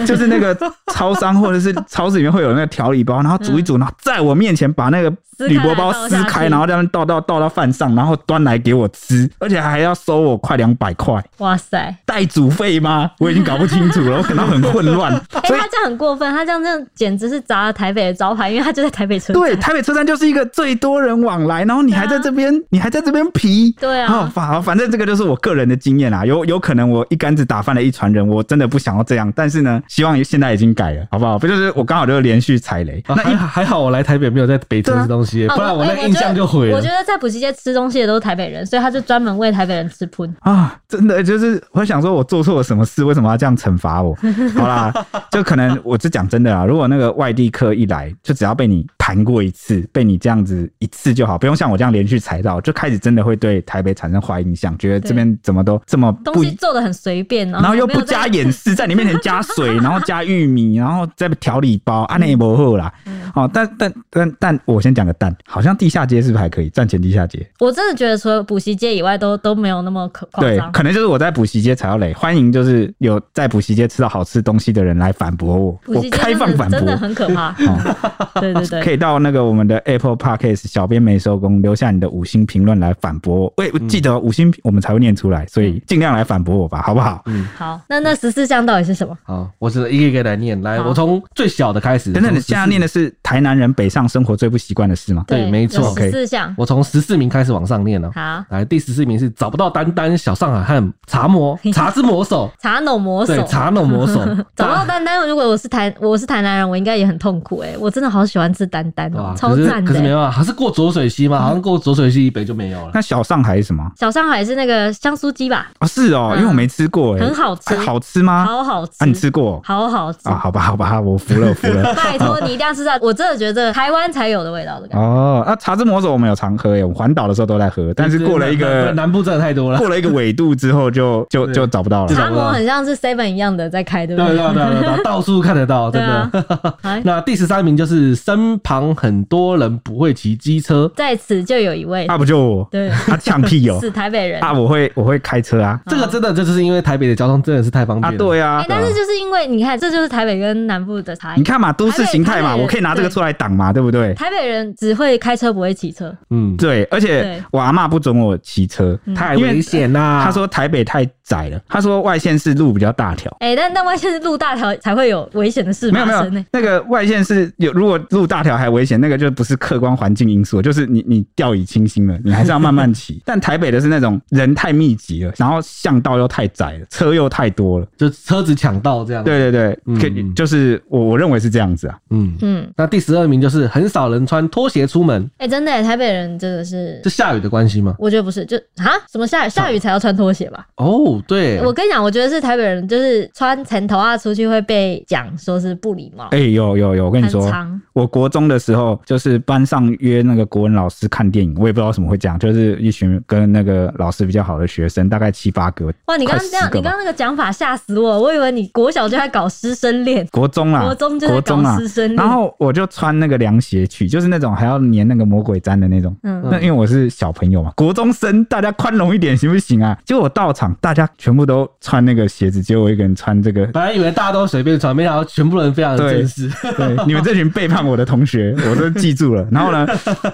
就是那个超商或者是超市里面会有那个调理包，然后煮一煮，然后在我面前把那个铝箔包撕撕开开，然然后后这样倒到倒到饭上，然后端来给我吃，而且还要收我快两百块。哇塞！带煮费吗？我已经搞不清楚了，我感到很混乱。哎、所以他这样很过分，他这样真的简直是砸了台北的招牌，因为他就在台北车站。啊对，台北车站就是一个最多人往来，然后你还在这边，你还在这边皮，对啊好，反反正这个就是我个人的经验啦，啊有有可能我一竿子打翻了一船人，我真的不想要这样，但是呢，希望现在已经改了，好不好？不就是我刚好就是连续踩雷，啊还好还好我来台北没有在北城对啊吃东西，啊不然我哎那印象就觉得毁我了觉。得在补习街吃东西的都是台北人，所以他就专门为台北人吃喷。啊，真的就是我想说，我做错了什么事？为什么要这样惩罚 [LAUGHS] 我？好啦，就可能我是讲真的啦。如果那个外地客一来，就只要被你盘过一次，被你这样子一次就好，不用像我这样连续踩到，就开始真的会对台北产生坏印象，觉得这边怎么都这么东不西做的很随便，然然后又没有不在加掩饰，在你面前加水，然后加玉米，然后再调理包，啊，那也不好啦。嗯哦，但但但但我先讲个但，好像地下街是不是还可以？站前地下街，我真的觉得除了补习街以外都，都没有那么可夸对，张。可能就是我在补习街踩到雷。欢迎就是有在补习街吃到好吃东西的人来反驳我，补我习街开真放的反驳哦真。的很可怕。 [LAUGHS] 对对对 [LAUGHS] 可，以到那个我们的 Apple Podcast 小编没收工，留下你的五星评论来反驳我。喂，记得哦五星我们才会念出来，所以尽量来反驳我吧，好不好？好，那那十四项到底是什么？好，我只能一个一个来念。来，好我从最小的开始。等等，你从14现在念的是台南人北上生活最不习惯的事吗？对没错十四项。我从十四名开始往上念了。好，来，第十四名是找不到丹丹小上海和茶魔茶之魔手，茶农魔手对，，茶弄魔手，找到丹丹。如果我是台我是台南人，我应该也很痛苦哎、我真的好喜欢吃丹丹哦、哇超赞的可是可是欸、没办法，还是过浊水溪嘛，好像过浊水溪以北就没有了。那小上海是什么啊、小上海是那个香酥鸡吧，是哦，因为我没吃过、哎，嗯很好吃哎好吃吗？好好吃，啊，你吃过好好吃，。啊？好吧，好吧，我服了，我服了拜托你一定要吃到，我真的觉得台湾才有的味道的感觉。哦，那茶之魔手我们有常喝耶，我们环岛的时候都在喝，但是过了一南个南南部真的太多了。过了一个纬度之后就，就就对找不到这 [LAUGHS] 了。种茶魔很像是 Seven 一样的在开，对对不对对？对对对，到处看得到，真对的。哎那第十三名就是身旁很多人不会骑机车，在此就有一位，啊，不就我？对，啊，呛屁 [LAUGHS] 哦！死台北人。啊，我会我会开车啊！这个真的就是因为台北的交通真的是太方啊，便了。对哎、啊，但是就是因为你看，这就是台北跟南部的差你异。看嘛，都市形态嘛，台北我可以拿这个对出来挡嘛，对不对？台北人只会开车不会骑车，嗯，对，而且对嗯我阿嬷不准我骑车，太因为危险啦。她说台北太窄了，她说外县市路比较大条。哎、但但外线是路大条才会有危险的事没有发没有生呢、，那个外线是有，如果路大条还危险，那个就不是客观环境因素，就是你你掉以轻心了，你还是要慢慢 [LAUGHS] 骑。但台北的是那种人太密集了，然后巷道又太窄了，车又太多了。就车子抢道这样。，对对对，嗯可嗯就是我我认为是这样子啊。嗯。嗯，那第十二名就是很少人穿拖鞋出门，哎、真的、台北人真的是是，下雨的关系吗？我觉得不是，就啊，什么下雨下雨才要穿拖鞋吧？哦，啊对，我跟你讲，我觉得是台北人，就是穿城头啊出去会被讲说是不礼貌，哎、有有有，我跟你嗯很说，长，我国中的时候，就是班上约那个国文老师看电影，我也不知道为什么会这样，就是一群跟那个老师比较好的学生，大概七八个。哇，你刚快刚十这样，个你吧刚刚那个讲法吓死我，我以为你国小就在搞师生恋，国中啦，国中就在啊国中搞啦师生 [LAUGHS] 恋，然后我就穿那个凉鞋去，就是那种还要粘那个魔鬼毡的那种。嗯，那因为我是小朋友嘛，国中生，大家宽容一点行不行啊？结果我到场，大家全部都穿那个鞋子，只有我一个人穿这个。本来以为大家都随便穿，没想到全部人非哦常的对正式。对，你们这群背叛我的同学，我都记 [LAUGHS] 住了。然后呢，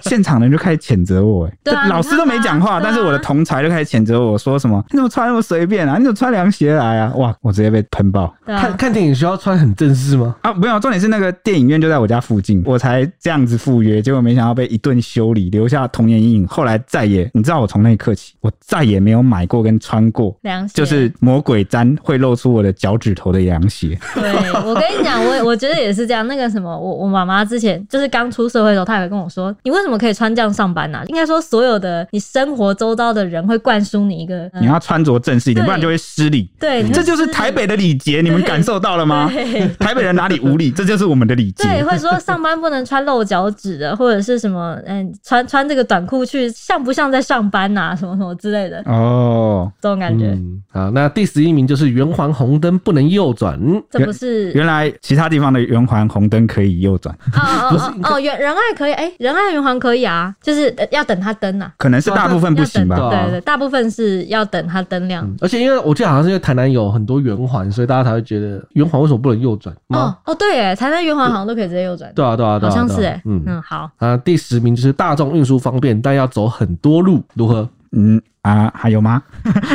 现场人就开始谴责我、哎对啊这老师都没讲你话，看吧嗯但是我的同才就开始谴责我说什么：“你怎么穿那么随便啊？你怎么穿凉鞋来啊？”哇，我直接被喷爆。对啊看看电影需要穿很正式吗？啊，没有，重点是那个电影院就在我家附近，我才这样子赴约，结果没想到被一顿修理，留下童年阴影。后来再也，你知道我从那一刻起，我再也没有买过跟穿过凉凉鞋，就是魔鬼毡会露出我的脚趾头的凉鞋， [LAUGHS] 对我跟你讲，我我觉得也是这样。那个什么，我我妈妈之前就是刚出社会的时候，她也会跟我说，你为什么可以穿这样上班呢、啊应该说，所有的你生活周遭的人会灌输你一个，呃你要穿着正式一点，对不然就会失礼。对，你这就是是台北的礼节，你们感受到了吗？对台北人哪里无礼，这就是我们的礼节。 [LAUGHS] 对，会说上班不能穿露脚趾的，或者是什么，嗯、穿穿这个短裤去，像不像在上班呐、什么什么之类的，哦，这种感觉。嗯，好，那第十一名就是圆环红灯不能右转，这不是原来其他地方的圆环红灯可以右转，哦哦哦哦，仁仁爱可以，哎、仁爱圆环可以啊，就是、呃要等它灯啊，可能是大部分不行要吧等？对啊对对，大部分是要等它灯亮。而且因为我记得好像是因为台南有很多圆环，所以大家才会觉得圆环为什么不能右转？哦吗？哦，对，哎，台南圆环好像都可以直接右转，对啊，对啊，对好啊，像是对啊哎，嗯嗯，好，啊，第十名就是大众运输方便，但要走很多路，[LAUGHS] 如何？嗯啊，还有吗？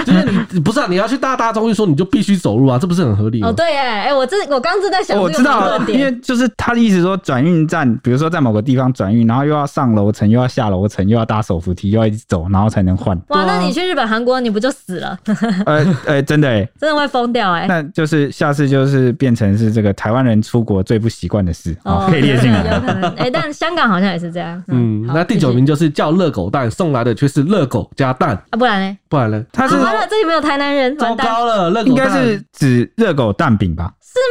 就是你不是、啊、你要去搭大众运输，你就必须走路啊，这不是很合理吗？哦对，哎，哎，我这我刚正在想哦我这知个矛道盾，因点。为，就是他的意思说，转运站，比如说在某个地方转运，然后又要上楼层，又要下楼层，又要搭手扶梯，又要一直走，然后才能换 [LAUGHS] 哇，对啊那你去日本、韩国，你不就死了？ [LAUGHS] 呃呃，真的哎、真的会疯掉 [LAUGHS] 哎。那就是下次就是变成是这个台湾人出国最不习惯的事，哦，可以列进来有了。可能哎，但香港好像也是这样。嗯，好那第九继续名就是叫热狗蛋，送来的却是热狗加蛋，啊，不然呢？不然呢？他是啊完了，这里没有台南人，糟完蛋糕了，热狗应该蛋是指热哎狗蛋饼吧？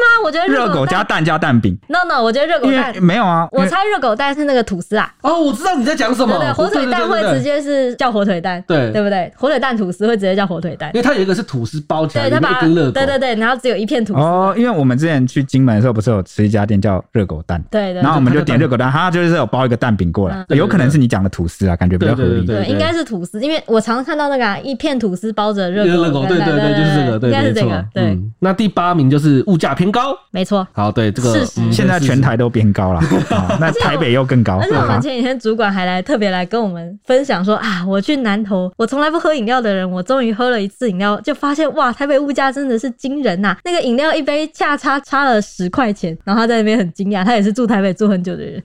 啊！我觉得热狗蛋加蛋加蛋饼， ，no no，我觉得热狗因蛋为，没有啊，因我为猜热狗蛋是那个吐司啊，哦，我知道你在讲什对么哦不对？，火腿蛋会直，接是叫火腿蛋，对对对对对对，不对？火腿蛋吐司会直接叫火腿蛋因，为它有一个是吐司包起来，对里他面把一根热狗，对对对，然后只有一片吐司，哦，因为我们之前去金门的时候，不是有吃一家店叫热狗蛋，对对然后我们就对点热狗蛋，它就是有包一个蛋饼过来嗯，对有可能是你讲的吐司啊，感觉比较合理。对对，应该是吐司，因为我常看到那个、啊、一片吐司包着热热狗狗，蛋，对对对，就是这个，对，应该没是这错个，，对，嗯。那第八名就是物价偏高，没错。好，对这个事实嗯现在事实全台都变 [LAUGHS] 高了，好那台北又更高。啊而且我们好前几天主管还来特别来跟我们分享说啊，我去南投，我从来不喝饮料的人，我终于喝了一次饮料，就发现哇，台北物价真的是惊人 [LAUGHS] 呐、那个饮料一杯价差差了十块钱，然后他在那边很惊讶，他也是住台北住很久的 [LAUGHS] 人，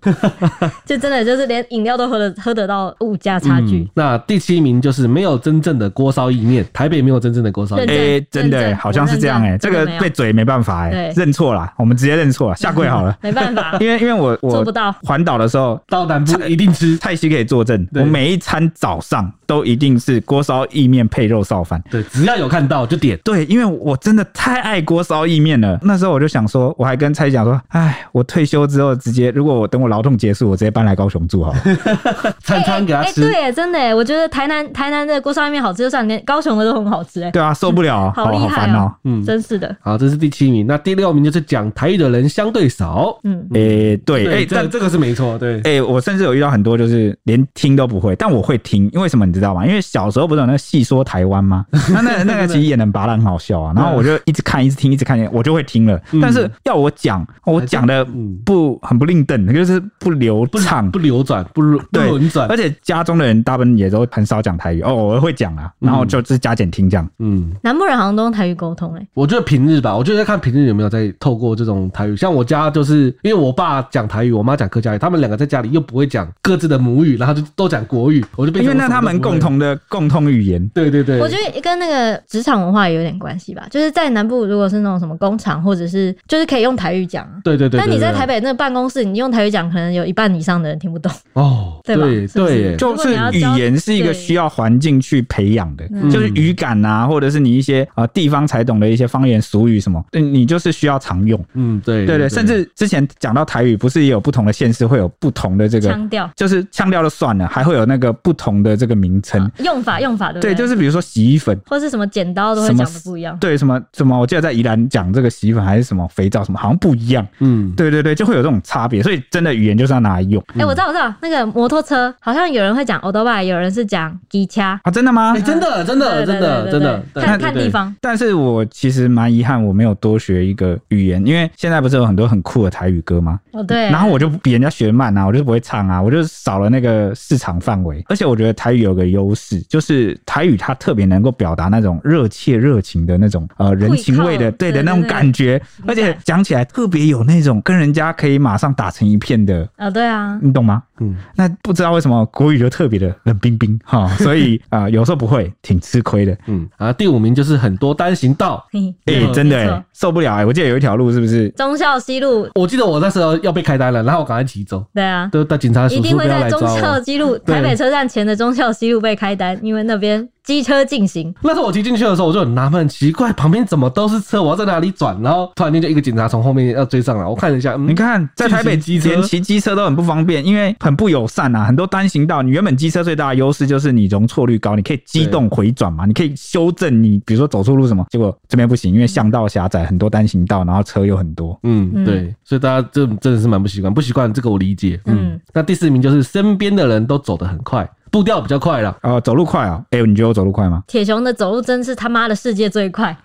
就真的就是连饮料都喝得喝得到物价差距。嗯那第七名就是没有真正的锅烧意面，台北没有真正的锅烧意面。认诶，真真的认欸真好像是这样我哎，认这真个真的没有被嘴没办法哎对，。认错了，我们直接认错了，下跪好了，[LAUGHS] 没办法因为因为我我做不到环岛的时候，到南部一定吃，蔡西可以作证，对我每一餐早上都一定是锅烧意面配肉臊饭。对，只要有看到就点。对，因为我真的太爱锅烧意面了。那时候我就想说，我还跟蔡西讲说，哎，我退休之后直接，如果我等我劳动结束，我直接搬来高雄住 [LAUGHS] 好了。餐餐给他哎、吃。对耶，真的耶，我觉得台南台南的锅烧意面好吃，就算连高雄的都很好吃哎，对啊，受不了，好厉好害烦哦、哦。嗯真是的，好，这是第七名。那第六名就是讲台语的人相对少。嗯，诶，对，诶，这但这个是没错，对。哎、我甚至有遇到很多就是连听都不会，但我会听，因为什么你知道吗？因为小时候不是有那个戏说台湾吗？那那那个其实也能拔的很好笑啊。然后我就一直看，一直听，一直看，我就会听了。但是要我讲，我讲的嗯不很不吝登，就是不流不畅不。流转，不轮不对哎轮转而。且家中的人大部分也都很少讲台语，哦，我会讲啊，然后就是加减听这样。嗯，南部人好像都用台语沟通哎，我觉得平日吧，我就在看平日有没有在透过这种台语。像我家就是因为我爸讲台语，我妈讲客家语，他们两个在家里又不会讲各自的母语，然后就都讲国语，我就变因成为那我什他么们都不会共。同的共通语言，对对对，我觉得跟那个职场文化也有点关系吧，就是在南部如果是那种什么工厂或者是就是可以用台语讲啊。对对对。但你对在对台北那个办公室，你用台语讲，可能有一半以上的人听不懂。哦，对吧对是不是对耶，就是语言是一个需要环境去培养的嗯，就是语感啊，或者是你一些呃地方才懂的一些方言俗语什么，嗯你就是需要常用。嗯，对对对，甚至之前讲到台语，不是也有不同的县市会有不同的这个，腔调、就是腔调就算了，还会有那个不同的这个名称。用法、用啊法，对不对，对？就是比如说洗衣粉。或是什么剪刀都会什么讲的不一样。对什么什么，我记得在宜兰讲这个洗衣粉还是什么肥皂什么，好像不一样。嗯，对对对，就会有这种差别，所以真的语言就是要拿来用哎、我知道，我知道，那个摩托车好像有人会讲 o d o b a 有人是讲 g 掐，啊！真的吗哎，？真的真对的对真的对真对的，对，对看对看对地方。但是我其实蛮遗憾，我没有多学一个语言，因为现在不是有很多很酷的台语歌吗？哦，对。然后我就比人家学慢啊，我就不会唱啊，我就少了那个市场范围。而且我觉得台语有个优势，就是台语它特别能够表达那种热切、热情的那种呃人情味会的，靠对对的那种对对感觉。情感而且讲起来特别有那种跟人家可以马上打成一片的，啊、哦，对啊，你懂吗？嗯，那不知道为什么国语就特别的冷冰冰哈，所以啊、呃，有时候不会，挺吃亏的。嗯啊，第五名就是很多单行道。嘿哎、对真的、没错欸、受不了哎、我记得有一条路是不是？忠孝西路，我记得我那时候要被开单了，然后我赶快骑走，对啊，都到警察叔一叔定不会要在来忠抓孝我。西路对台北车站前的忠孝西路被开单，因为那边机车禁行。那时候我骑进去的时候，我就很纳闷，奇怪，旁边怎么都是车，我要在哪里转？然后突然间就一个警察从后面要追上来，我看了一下，嗯你，看，在台北巨型机车连骑机车都很不方便，因为很不友善啊。很多单行道，你原本机车最大的优势就是你容错率高，你可以机动回转嘛，你可以修正你，比如说走错路什么，结果这边不行，因为巷道狭窄，很多单行道，然后车又很多。嗯，嗯对，所以大家这真的是蛮不习惯，不习惯这个我理解。嗯嗯，那第四名就是身边的人都走得很快，步调比较快啦。哦，走路快啊！哎、你觉得我走路快吗？铁熊的走路真是他妈的世界最快，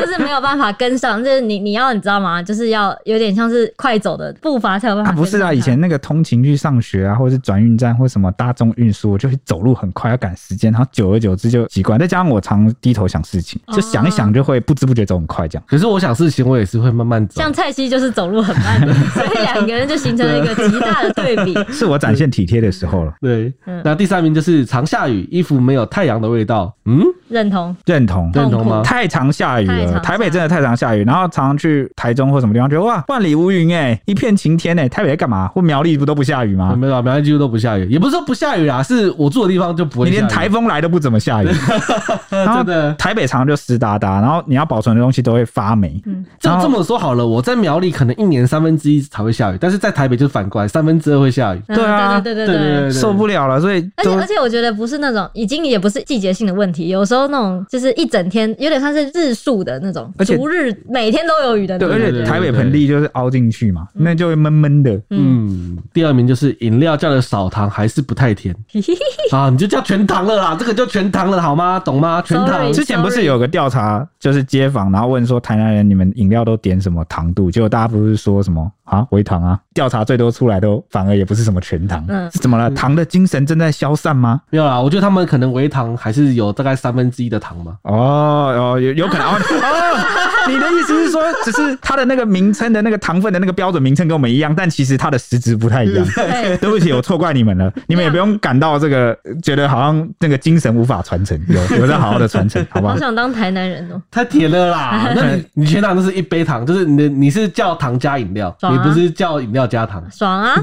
就是没有办法跟上，就是你你要你知道吗？就是要有点像是快走的步伐才有办法啊，跟上他、不是啊，以前那个通勤去上学啊，或者是转运站或什么大众运输，我就会走路很快，要赶时间，然后久而久之就习惯。再加上我常低头想事情，就想一想就会不知不觉走很快这样。可是我想事情，我也是会慢慢走。啊像蔡西就是走路很慢的，所以两个人就形成了一个极大的对比。是我展现体贴的时候了，对，嗯那第三名就是常下雨，衣服没有太阳的味道。嗯，认同，认同。认同吗？太常下雨太常了，下台北真的太常下雨，然后常常去台中或什么地方，觉得哇万里无云哎、一片晴天哎、台北在干嘛？或苗栗不都不下雨啊吗？没有啊，苗栗几乎都不下雨，也不是说不下雨啦，是我住的地方就不会你下雨。连台风来都不怎 [LAUGHS] 么下雨，然后真的台北常常就湿哒哒，然后你要保存的东西都会发霉。就然后这么说好了，我在苗栗可能一年三分之一才会下雨，但是在台北就反过来，三分之二会下雨。嗯对啊对对对对对对。对，受不了了，所以而且都而且，我觉得不是那种已经也不是季节性的问题，有时候那种就是一整天，有点像是日数的那种，而且逐日每天都有雨的那对，种。而对对且对台北盆地就是凹进去嘛，嗯那就会闷闷的。嗯，第二名就是饮料叫的少糖还是不太甜啊，你就叫全糖了啦，这个就全糖了好吗？懂吗？全糖 Sorry 之前不是有个调查，就是街访，然后问说台南人你们饮料都点什么糖度？结果大家不是说什么啊微糖啊？调查最多出来都反而也不是什么全糖，嗯是怎么了？糖的精神正在消散吗？没有啦，我觉得他们可能微糖还是有大概三分之一的糖嘛。哦哦，有有可能哦哦。你的意思是说，只是它的那个名称的那个糖分的那个标准名称跟我们一样，但其实它的实质不太一样。对，对不起，我错怪你们了。你们也不用感到这个，觉得好像那个精神无法传承，有有在好好的传承，好不好好？想当台南人 [LAUGHS] 哦、太甜了 [LAUGHS] 啦！那你你全糖就是一杯糖，就是你的你是叫糖加饮料，爽啊你不是叫饮料加糖。爽啊！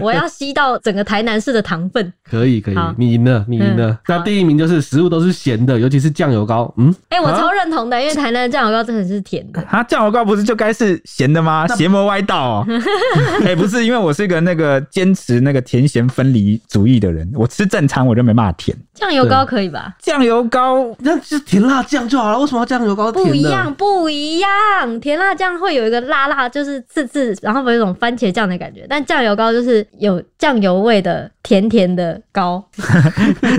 我要吸到整个台南市的糖分。可以可以好，你赢了，你赢了嗯。那好第一名就是食物都是咸的，尤其是酱油膏。嗯，哎、我啊超认同的，因为台南的酱油膏真的是甜的。啊，酱油膏不是就该是咸的吗？邪魔歪道 [LAUGHS] 哦！哎、不是，因为我是一个那个坚持那个甜咸分离主义的人，我吃正餐我就没办法甜。酱油膏可以吧？酱油膏那就是甜辣酱就好了，为什么要酱油膏甜的？不一样，不一样。甜辣酱会有一个辣辣，就是刺刺，然后有一种番茄酱的感觉。但酱油膏就是有酱油味的甜甜的膏。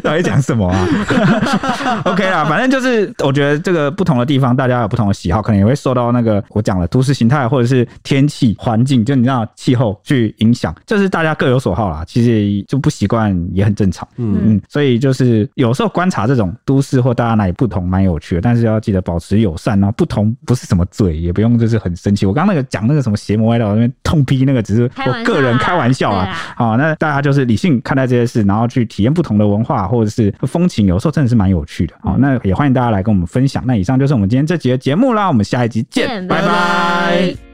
到底讲什么啊 [LAUGHS] ？OK 啦，反正就是我觉得这个不同的地方，大家有不同的喜好，可能也会受到那个我讲了都市形态或者是天气环境，就你知道气候去影响，就是大家各有所好啦。其实就不习惯也很正常。嗯嗯，所以就是有时候观察这种都市或大家哪里不同，蛮有趣的。但是要记得保持友善哦，不同不是什么罪，也不用就是很生气。我刚刚那个讲那个什么邪魔歪道那边痛批那个，只是开玩我笑啊个人开玩笑啊对啊。好、那大家就是理性看待这些事，然后去体验不同的文化或者是风情，有时候真的是蛮有趣的。好、那也欢迎大家来跟我们分享。那以上就是我们今天这集的节目啦，我们下一集见，见拜哎拜拜拜